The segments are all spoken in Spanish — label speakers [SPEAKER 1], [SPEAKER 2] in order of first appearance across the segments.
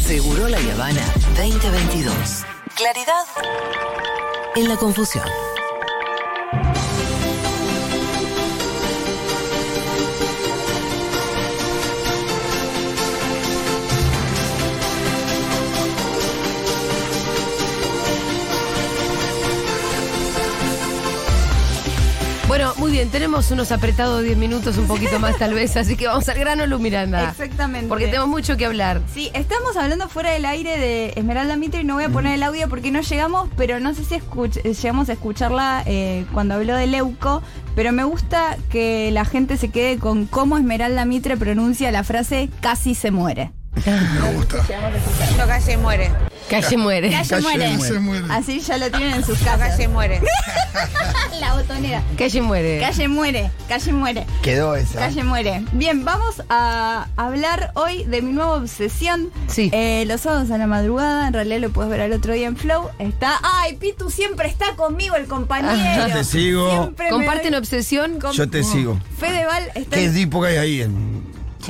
[SPEAKER 1] Seguro La Habana 2022. Claridad en la confusión.
[SPEAKER 2] Bueno, muy bien, tenemos unos apretados 10 minutos, un poquito más tal vez, así que vamos al grano, Lu Miranda.
[SPEAKER 3] Exactamente.
[SPEAKER 2] Porque tenemos mucho que hablar.
[SPEAKER 3] Sí, estamos hablando fuera del aire de Esmeralda Mitre y no voy a poner el audio porque no llegamos, pero no sé si escuch- eh, llegamos a escucharla eh, cuando habló de Leuco, pero me gusta que la gente se quede con cómo Esmeralda Mitre pronuncia la frase casi se muere.
[SPEAKER 4] No, casi muere.
[SPEAKER 2] Calle muere.
[SPEAKER 3] Calle muere.
[SPEAKER 5] Se muere.
[SPEAKER 3] Así ya lo tienen en sus
[SPEAKER 4] Acá
[SPEAKER 3] casas.
[SPEAKER 4] se muere.
[SPEAKER 3] La botonera.
[SPEAKER 2] Calle muere.
[SPEAKER 3] Calle muere, calle muere.
[SPEAKER 6] Quedó esa.
[SPEAKER 3] Calle muere. Bien, vamos a hablar hoy de mi nueva obsesión.
[SPEAKER 2] Sí.
[SPEAKER 3] Eh, los sábados a la madrugada, en realidad lo puedes ver al otro día en Flow. Está. ¡Ay, Pitu siempre está conmigo, el compañero!
[SPEAKER 6] Ah,
[SPEAKER 5] Yo te sigo.
[SPEAKER 3] Siempre me
[SPEAKER 2] Comparten
[SPEAKER 3] doy-
[SPEAKER 2] obsesión.
[SPEAKER 3] com-
[SPEAKER 5] Yo te sigo.
[SPEAKER 3] Fedeval está.
[SPEAKER 6] ¿Qué
[SPEAKER 3] en-
[SPEAKER 6] tipo que hay Oh, ahí en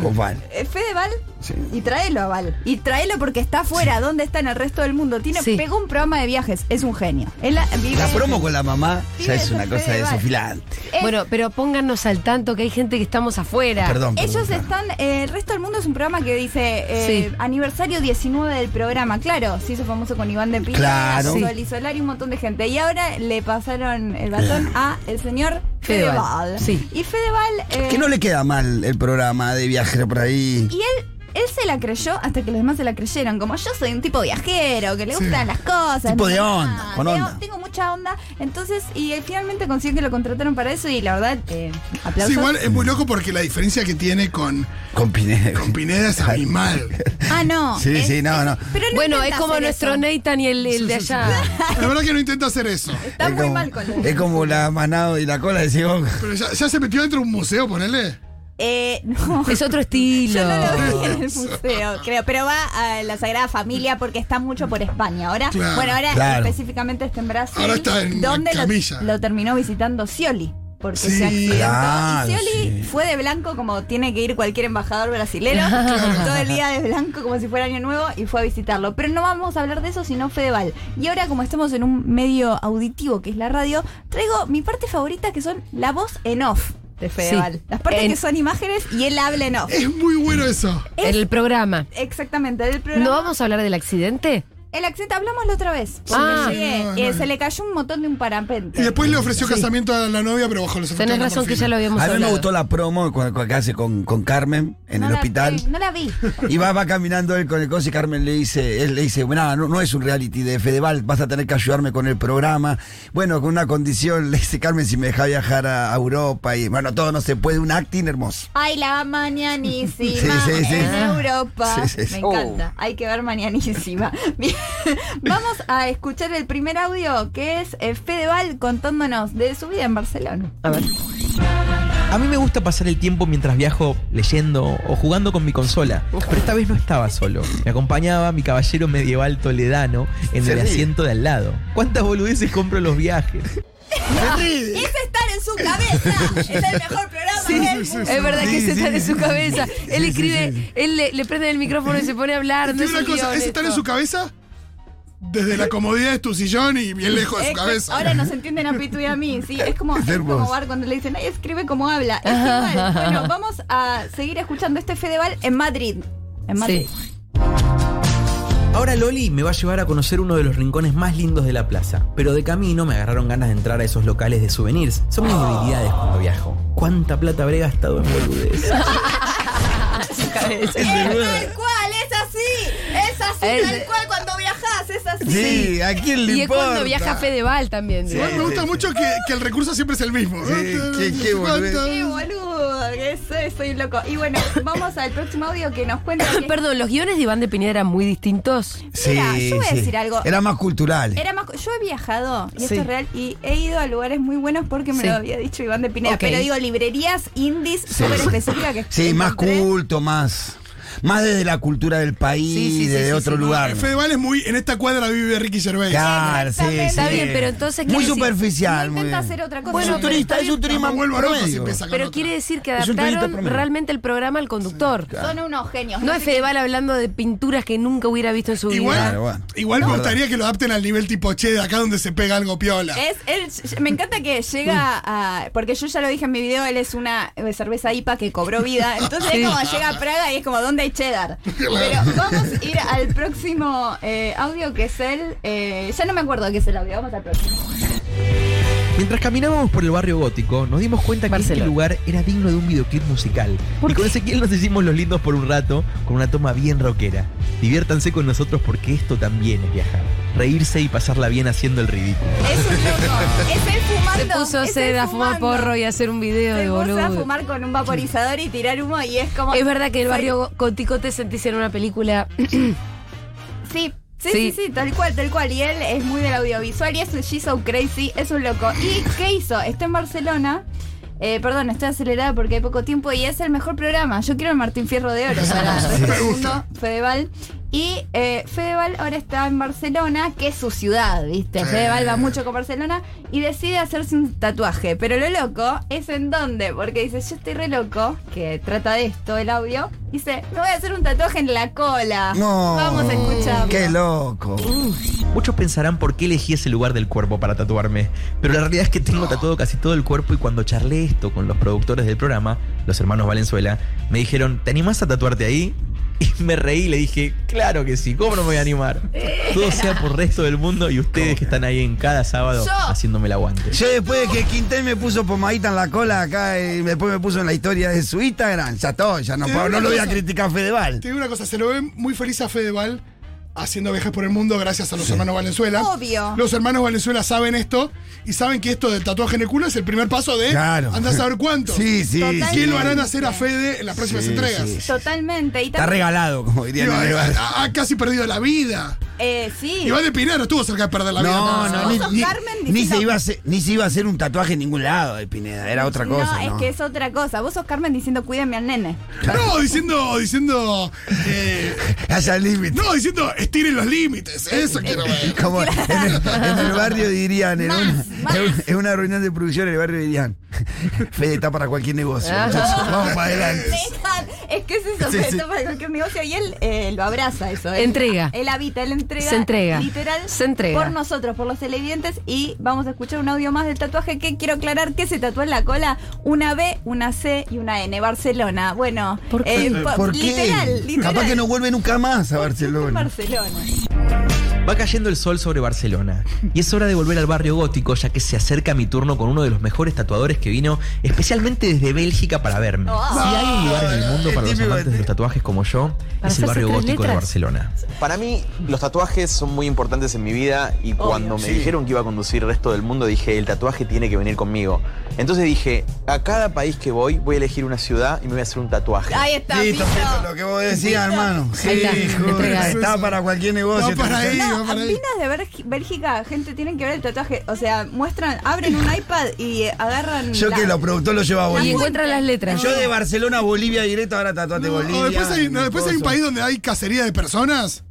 [SPEAKER 6] Oval?
[SPEAKER 3] eh, Fedeval.
[SPEAKER 6] Sí.
[SPEAKER 3] Y tráelo a Val. Y tráelo porque está afuera, ¿dónde está en el resto del mundo? Tiene,
[SPEAKER 2] Sí.
[SPEAKER 3] Pegó un programa de viajes, es un genio. Él la- vive-
[SPEAKER 6] La promo con la mamá
[SPEAKER 3] Sí,
[SPEAKER 6] ya es
[SPEAKER 3] eso
[SPEAKER 6] una
[SPEAKER 3] es
[SPEAKER 6] cosa
[SPEAKER 3] Fedeval.
[SPEAKER 6] desofilante.
[SPEAKER 3] es-
[SPEAKER 2] Bueno, pero pónganos al tanto que hay gente que estamos afuera.
[SPEAKER 6] Perdón.
[SPEAKER 3] Ellos
[SPEAKER 6] perdón.
[SPEAKER 3] están, eh, el resto del mundo es un programa que dice eh,
[SPEAKER 2] Sí.
[SPEAKER 3] aniversario 19 del programa, claro, se hizo famoso con Iván de Pino,
[SPEAKER 6] Claro.
[SPEAKER 3] con
[SPEAKER 6] Sí.
[SPEAKER 3] Sol y Solar y un montón de gente. Y ahora le pasaron el batón a el señor
[SPEAKER 2] Fedeval.
[SPEAKER 3] Fedeval.
[SPEAKER 2] Sí.
[SPEAKER 3] Y Fedeval... eh,
[SPEAKER 6] Que no le queda mal el programa de viajero por ahí.
[SPEAKER 3] y él, él se la creyó hasta que los demás se la creyeron. Como yo soy un tipo viajero, que le gustan las cosas.
[SPEAKER 6] Tipo de
[SPEAKER 3] nada,
[SPEAKER 6] onda, con
[SPEAKER 3] tengo-
[SPEAKER 6] onda.
[SPEAKER 3] Tengo mucha onda. Entonces, y eh, finalmente consiguió que lo contrataron para eso y la verdad, eh, aplausos.
[SPEAKER 5] Sí, igual es muy loco porque la diferencia que tiene con,
[SPEAKER 6] Con Pineda.
[SPEAKER 5] con Pineda es animal.
[SPEAKER 3] Ah, no.
[SPEAKER 6] Sí,
[SPEAKER 3] es-
[SPEAKER 6] sí, no,
[SPEAKER 3] es-
[SPEAKER 6] no.
[SPEAKER 3] pero no
[SPEAKER 2] Bueno, es
[SPEAKER 3] intenta
[SPEAKER 2] como
[SPEAKER 3] hacer
[SPEAKER 2] nuestro
[SPEAKER 3] eso.
[SPEAKER 2] Nathan y el, el de allá.
[SPEAKER 5] La verdad que no intenta hacer eso.
[SPEAKER 3] Está
[SPEAKER 6] es
[SPEAKER 3] muy
[SPEAKER 6] como,
[SPEAKER 3] mal con la-
[SPEAKER 6] Es como la manado y la cola de Sigón.
[SPEAKER 5] Pero ya, ya se metió dentro de un museo, ponele.
[SPEAKER 3] Eh, no.
[SPEAKER 2] Es otro estilo.
[SPEAKER 3] Yo no lo vi en el museo, creo. Pero va a la Sagrada Familia porque está mucho por España. Ahora,
[SPEAKER 5] Claro,
[SPEAKER 3] bueno, ahora
[SPEAKER 6] claro.
[SPEAKER 3] específicamente está en Brasil.
[SPEAKER 5] Ahora está en
[SPEAKER 3] donde
[SPEAKER 5] camilla.
[SPEAKER 3] lo, lo terminó visitando Scioli. Porque
[SPEAKER 5] Sí,
[SPEAKER 3] se accidentó.
[SPEAKER 6] claro,
[SPEAKER 3] y Scioli
[SPEAKER 6] sí.
[SPEAKER 3] fue de blanco como tiene que ir cualquier embajador brasilero. todo el día de blanco como si fuera año nuevo y fue a visitarlo. Pero no vamos a hablar de eso, sino Fedeval. Y ahora, como estamos en un medio auditivo que es la radio, traigo mi parte favorita que son la voz en off de Fedeval.
[SPEAKER 2] Sí.
[SPEAKER 3] Las partes
[SPEAKER 2] En-
[SPEAKER 3] que son imágenes y él habla en off.
[SPEAKER 5] Es muy bueno eso.
[SPEAKER 2] En el programa.
[SPEAKER 3] Exactamente, del programa.
[SPEAKER 2] ¿No vamos a hablar del accidente?
[SPEAKER 3] El accidente, hablamos la otra vez. porque
[SPEAKER 2] Ah.
[SPEAKER 3] llegué,
[SPEAKER 5] Sí, no,
[SPEAKER 3] eh,
[SPEAKER 5] no.
[SPEAKER 3] se le cayó un montón de un parapente.
[SPEAKER 5] Y después le ofreció casamiento a la novia, pero bajo los efectos
[SPEAKER 2] Tenés
[SPEAKER 5] de la
[SPEAKER 2] razón que
[SPEAKER 5] morfina.
[SPEAKER 2] ya lo habíamos
[SPEAKER 6] A mí me
[SPEAKER 2] hablado.
[SPEAKER 6] gustó la promo cuando- cuando- que hace con, con Carmen en
[SPEAKER 3] No
[SPEAKER 6] el
[SPEAKER 3] la-
[SPEAKER 6] hospital.
[SPEAKER 3] eh, no la vi.
[SPEAKER 6] Y va, va caminando él con el coso y Carmen le dice, él le dice, nada, no, no es un reality de Fedeval, vas a tener que ayudarme con el programa. Bueno, con una condición, le dice Carmen, si me deja viajar a, a Europa y bueno, todo no se puede, un acting hermoso.
[SPEAKER 3] Ay, la mañanísima
[SPEAKER 6] Sí, sí, sí.
[SPEAKER 3] en
[SPEAKER 6] Ah.
[SPEAKER 3] Europa.
[SPEAKER 6] Sí, sí, sí.
[SPEAKER 3] Me encanta.
[SPEAKER 2] Oh.
[SPEAKER 3] Hay que ver mañanísima. Bien. Vamos a escuchar el primer audio que es eh, Fedeval contándonos de su vida en Barcelona.
[SPEAKER 2] A ver.
[SPEAKER 7] A mí me gusta pasar el tiempo mientras viajo leyendo o jugando con mi consola, pero esta vez no estaba solo. Me acompañaba mi caballero medieval toledano en
[SPEAKER 6] Se
[SPEAKER 7] el
[SPEAKER 6] ríe.
[SPEAKER 7] asiento de al lado. ¿Cuántas boludeces compro en los viajes?
[SPEAKER 3] Es estar en su cabeza. Es el mejor programa del mundo.
[SPEAKER 2] Es verdad que
[SPEAKER 7] Sí,
[SPEAKER 2] se está
[SPEAKER 7] sí.
[SPEAKER 2] en su cabeza. Él
[SPEAKER 6] sí,
[SPEAKER 2] escribe,
[SPEAKER 6] sí.
[SPEAKER 2] él le, le prende el micrófono y se pone a hablar.
[SPEAKER 5] Te
[SPEAKER 2] No
[SPEAKER 5] digo
[SPEAKER 2] es
[SPEAKER 5] una
[SPEAKER 2] un
[SPEAKER 5] cosa,
[SPEAKER 2] guión
[SPEAKER 5] es estar en
[SPEAKER 2] esto.
[SPEAKER 5] su cabeza desde la comodidad de tu sillón y bien lejos de
[SPEAKER 3] Es
[SPEAKER 5] su
[SPEAKER 3] que
[SPEAKER 5] cabeza.
[SPEAKER 3] Ahora nos entienden a Pitu y a mí, sí. Es como, es
[SPEAKER 6] Es hermoso.
[SPEAKER 3] como Bar cuando le dicen, ay, escribe como habla. Es igual. Bueno, vamos a seguir escuchando este Fedeval en Madrid. En Madrid.
[SPEAKER 2] Sí.
[SPEAKER 7] Ahora Loli me va a llevar a conocer uno de los rincones más lindos de la plaza, pero de camino me agarraron ganas de entrar a esos locales de souvenirs. Son mis debilidades cuando viajo. ¿Cuánta plata habré gastado en boludeces?
[SPEAKER 3] Es tal cual, es así. Es así,
[SPEAKER 2] Es-
[SPEAKER 3] tal cual cuando viajas, es así.
[SPEAKER 6] Sí, ¿a quién le
[SPEAKER 2] Y es
[SPEAKER 6] importa?
[SPEAKER 2] cuando viaja Fedeval también.
[SPEAKER 5] Igual me gusta mucho que, que el recurso siempre es el mismo.
[SPEAKER 6] Sí, qué- qué boludez.
[SPEAKER 3] Qué boludo, que soy, soy un loco. Y bueno, vamos al próximo audio que nos cuenta. que-
[SPEAKER 2] Perdón, los guiones de Iván de Pineda eran muy distintos.
[SPEAKER 6] Sí,
[SPEAKER 3] Mira, yo voy a
[SPEAKER 6] sí.
[SPEAKER 3] decir algo.
[SPEAKER 6] Era más cultural.
[SPEAKER 3] Era más, yo he viajado, y esto
[SPEAKER 2] Sí.
[SPEAKER 3] es real, y he ido a lugares muy buenos porque me
[SPEAKER 2] Sí.
[SPEAKER 3] lo había dicho Iván de Pineda.
[SPEAKER 2] Ok.
[SPEAKER 3] Pero digo, librerías indies súper específicas que
[SPEAKER 6] Sí, más
[SPEAKER 3] encontré.
[SPEAKER 6] culto, más. más desde la cultura del país,
[SPEAKER 2] Sí, sí, sí,
[SPEAKER 6] desde
[SPEAKER 2] sí,
[SPEAKER 6] otro
[SPEAKER 2] sí.
[SPEAKER 6] lugar.
[SPEAKER 5] El Fedeval es muy. En esta cuadra vive Ricky Gervais.
[SPEAKER 6] Claro, sí,
[SPEAKER 3] Exactamente.
[SPEAKER 2] Está
[SPEAKER 6] sí.
[SPEAKER 2] bien, pero entonces
[SPEAKER 6] Muy
[SPEAKER 2] quiere decir-
[SPEAKER 6] superficial. muy
[SPEAKER 3] Intenta
[SPEAKER 6] bien.
[SPEAKER 3] hacer otra cosa.
[SPEAKER 6] es
[SPEAKER 2] Bueno,
[SPEAKER 6] un
[SPEAKER 2] pero
[SPEAKER 6] turista,
[SPEAKER 2] está
[SPEAKER 6] es
[SPEAKER 2] bien,
[SPEAKER 6] un turismo
[SPEAKER 5] Vamos, vuelvo a Rossi y
[SPEAKER 6] promedio.
[SPEAKER 5] empieza a sacar
[SPEAKER 2] Pero
[SPEAKER 5] otra.
[SPEAKER 2] quiere decir que
[SPEAKER 6] Es un turista
[SPEAKER 2] adaptaron
[SPEAKER 6] promedio.
[SPEAKER 2] realmente el programa al conductor.
[SPEAKER 3] Son unos genios.
[SPEAKER 2] No
[SPEAKER 3] sé
[SPEAKER 2] es Fedeval hablando de pinturas que nunca hubiera visto en su
[SPEAKER 5] Igual,
[SPEAKER 2] vida.
[SPEAKER 6] Claro, bueno.
[SPEAKER 5] igual
[SPEAKER 6] No.
[SPEAKER 5] me gustaría que lo adapten al nivel tipo che, de acá donde se pega algo piola.
[SPEAKER 3] Es, él- me encanta que llega a. Porque yo ya lo dije en mi video, él es una eh, cerveza IPA que cobró vida. Entonces es como llega a Praga y es como, ¿dónde hay cheddar? Pero vamos a ir al próximo eh, audio que es el. eh, ya no me acuerdo qué es el audio, vamos al próximo.
[SPEAKER 7] Mientras caminábamos por el barrio gótico, nos dimos cuenta que este
[SPEAKER 2] Barcelona.
[SPEAKER 7] lugar era digno de un videoclip musical.
[SPEAKER 2] ¿Por
[SPEAKER 7] Y con
[SPEAKER 2] qué?
[SPEAKER 7] Ezequiel nos hicimos los lindos por un rato, con una toma bien rockera. Diviértanse con nosotros porque esto también es viajar. Reírse y pasarla bien haciendo el ridículo.
[SPEAKER 3] Es un loco. Es él
[SPEAKER 2] Se
[SPEAKER 3] fumando.
[SPEAKER 2] puso
[SPEAKER 3] es él
[SPEAKER 2] sed a fumar
[SPEAKER 3] fumando.
[SPEAKER 2] porro y a hacer un video
[SPEAKER 3] Se
[SPEAKER 2] de
[SPEAKER 3] puso a
[SPEAKER 2] boludo.
[SPEAKER 3] fumar con un vaporizador y tirar humo y es como.
[SPEAKER 2] Es verdad que el
[SPEAKER 3] soy-
[SPEAKER 2] barrio gótico te sentís en una película.
[SPEAKER 3] Sí. Sí, sí,
[SPEAKER 2] Sí.
[SPEAKER 3] sí, tal cual, tal cual. Y él es muy del audiovisual y es un she's so crazy, es un loco. ¿Y qué hizo? Está en Barcelona. Eh, perdón, estoy acelerada porque hay poco tiempo y es el mejor programa. Yo quiero el Martín Fierro de Oro para el resto del mundo, Fedeval. Y eh, Fedeval ahora está en Barcelona, que es su ciudad, ¿viste? Fedeval va mucho con Barcelona y decide hacerse un tatuaje. Pero lo loco es en dónde, porque dice, yo estoy re loco, que trata de esto el audio. Dice, me voy a hacer un tatuaje en la cola.
[SPEAKER 6] No.
[SPEAKER 3] Ah, Vamos a escucharlo.
[SPEAKER 6] Qué loco.
[SPEAKER 7] Muchos pensarán por qué elegí ese lugar del cuerpo para tatuarme, pero la realidad es que tengo tatuado casi todo el cuerpo y cuando charlé esto con los productores del programa, los hermanos Valenzuela, me dijeron, ¿te animás a tatuarte ahí? Y me reí y le dije, claro que sí, ¿cómo no me voy a animar? Todo sea por resto del mundo y ustedes que están ahí en cada sábado
[SPEAKER 3] Yo.
[SPEAKER 7] haciéndome el aguante.
[SPEAKER 6] Yo después de que Quintel me puso pomadita en la cola acá y después me puso en la historia de su Instagram, ya todo, ya no,
[SPEAKER 5] Sí,
[SPEAKER 6] puedo- no
[SPEAKER 5] una
[SPEAKER 6] lo voy a
[SPEAKER 5] cosa-
[SPEAKER 6] criticar a Fedeval.
[SPEAKER 5] Te digo una cosa, se lo ve muy feliz a Fedeval haciendo viajes por el mundo gracias a los hermanos Valenzuela.
[SPEAKER 3] Obvio.
[SPEAKER 5] Los hermanos Valenzuela saben esto y saben que esto del tatuaje en el culo es el primer paso de
[SPEAKER 6] Claro.
[SPEAKER 5] andar a saber cuánto.
[SPEAKER 6] Sí, sí,
[SPEAKER 3] Total.
[SPEAKER 6] sí.
[SPEAKER 5] ¿Quién lo harán hacer a Fede en las próximas
[SPEAKER 6] Sí,
[SPEAKER 5] entregas?
[SPEAKER 6] sí.
[SPEAKER 3] Totalmente. Y
[SPEAKER 6] Está
[SPEAKER 3] también-
[SPEAKER 6] regalado, como dirían.
[SPEAKER 5] Digo,
[SPEAKER 6] en el
[SPEAKER 5] ha,
[SPEAKER 6] barrio.
[SPEAKER 5] ha- ha casi perdido la vida.
[SPEAKER 3] Eh, sí.
[SPEAKER 5] Iván de Pinar estuvo cerca de perder la vida.
[SPEAKER 6] No,
[SPEAKER 5] también.
[SPEAKER 6] no,
[SPEAKER 3] Vos
[SPEAKER 6] ni,
[SPEAKER 3] sos
[SPEAKER 6] ni-
[SPEAKER 3] Carmen
[SPEAKER 6] ni se
[SPEAKER 3] diciendo-
[SPEAKER 6] iba a hacer, ni se iba a hacer un tatuaje en ningún lado de Pineda, era otra cosa.
[SPEAKER 3] no,
[SPEAKER 6] No,
[SPEAKER 3] es que es otra cosa. Vos sos Carmen diciendo cuídame al nene.
[SPEAKER 5] No, diciendo, diciendo, eh,
[SPEAKER 6] Haya límite.
[SPEAKER 5] no, diciendo, estiren los límites. Eso quiero ver.
[SPEAKER 6] Como en el, en el barrio dirían, en,
[SPEAKER 3] Más,
[SPEAKER 6] una,
[SPEAKER 3] más.
[SPEAKER 6] en un- en una reunión de producción en el barrio dirían, Fede está para cualquier negocio.
[SPEAKER 3] Ah.
[SPEAKER 6] muchachos, vamos para adelante.
[SPEAKER 3] Dejan. Es que es eso,
[SPEAKER 6] Sí,
[SPEAKER 3] se
[SPEAKER 6] sí.
[SPEAKER 3] toma cualquier negocio y él eh, lo abraza eso. Él-
[SPEAKER 2] Entrega.
[SPEAKER 3] Él habita, él entrega.
[SPEAKER 2] Se entrega.
[SPEAKER 3] Literal.
[SPEAKER 2] Se entrega.
[SPEAKER 3] Por nosotros, por los televidentes. Y vamos a escuchar un audio más del tatuaje que quiero aclarar que se tatuó en la cola una B, una C y una N. Barcelona. Bueno,
[SPEAKER 2] ¿Por qué?
[SPEAKER 3] eh, po-
[SPEAKER 6] ¿Por qué?
[SPEAKER 3] literal, literal.
[SPEAKER 6] Capaz que no vuelve nunca más a
[SPEAKER 3] En
[SPEAKER 6] Barcelona.
[SPEAKER 3] Barcelona.
[SPEAKER 7] Va cayendo el sol sobre Barcelona y es hora de volver al barrio gótico ya que se acerca mi turno con uno de los mejores tatuadores que vino especialmente desde Bélgica para verme.
[SPEAKER 3] Oh.
[SPEAKER 7] Si hay un lugar en el mundo para los amantes de los tatuajes como yo,
[SPEAKER 2] Para
[SPEAKER 7] es el
[SPEAKER 2] hacerse
[SPEAKER 7] barrio
[SPEAKER 2] tres
[SPEAKER 7] gótico de
[SPEAKER 2] letras.
[SPEAKER 7] Barcelona.
[SPEAKER 8] Para mí, los tatuajes son muy importantes en mi vida y cuando me dijeron que iba a conducir el resto del mundo, dije, el tatuaje tiene que venir conmigo. Entonces dije, a cada país que voy, voy a elegir una ciudad y me voy a hacer un tatuaje.
[SPEAKER 3] Ahí está,
[SPEAKER 6] Listo,
[SPEAKER 3] Pito.
[SPEAKER 6] Fito, lo que vos decías, hermano. Sí,
[SPEAKER 2] Ahí está,
[SPEAKER 6] hijo,
[SPEAKER 2] entregado.
[SPEAKER 6] está para cualquier negocio.
[SPEAKER 5] No, para ahí.
[SPEAKER 3] No,
[SPEAKER 5] va para ahí.
[SPEAKER 3] minas de Berg- Bélgica, gente, tienen que ver el tatuaje. O sea, muestran, abren un iPad y eh, agarran.
[SPEAKER 6] Yo
[SPEAKER 3] la-
[SPEAKER 6] que lo productor lo lleva a
[SPEAKER 2] Y
[SPEAKER 6] Bolivia.
[SPEAKER 2] encuentra las letras.
[SPEAKER 6] Yo de Barcelona a Bolivia directo, ahora tatuate
[SPEAKER 5] No,
[SPEAKER 6] Bolivia.
[SPEAKER 5] o después hay, no, después hay un
[SPEAKER 6] Coso.
[SPEAKER 5] país donde hay cacería de personas.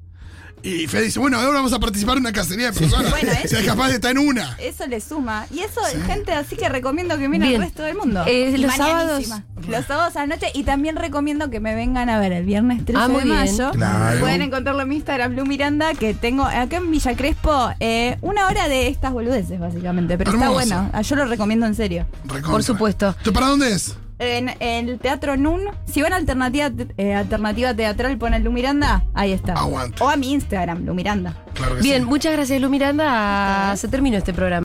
[SPEAKER 5] Y Fede dice, bueno, ahora vamos a participar en una cacería de personas.
[SPEAKER 3] Bueno, es- eh,
[SPEAKER 5] Si es capaz de estar en una.
[SPEAKER 3] Eso le suma. Y eso, gente, así que recomiendo que miren
[SPEAKER 2] Bien.
[SPEAKER 3] el resto del mundo.
[SPEAKER 2] Eh,
[SPEAKER 3] Y
[SPEAKER 2] los
[SPEAKER 3] mañanísima. Los sábados a la noche. Y también recomiendo que me vengan a ver el viernes 13
[SPEAKER 2] Ah, muy
[SPEAKER 3] de
[SPEAKER 2] bien.
[SPEAKER 3] mayo.
[SPEAKER 6] Claro.
[SPEAKER 3] Pueden encontrarlo en mi Instagram, Blue Miranda, que tengo acá en Villa Crespo eh, una hora de estas boludeces, básicamente. Pero está
[SPEAKER 5] Hermoso.
[SPEAKER 3] bueno. Ah, Yo lo recomiendo en serio.
[SPEAKER 5] Recontra.
[SPEAKER 2] Por supuesto.
[SPEAKER 5] ¿Tú para dónde es?
[SPEAKER 3] En, el Teatro Nun. Si van a alternativa, eh, alternativa teatral, ponen Lu Miranda, ahí está.
[SPEAKER 5] Aguante.
[SPEAKER 3] O a mi Instagram, Lu Miranda.
[SPEAKER 5] Claro que sí.
[SPEAKER 2] Bien, muchas gracias Lu Miranda. Se terminó este programa.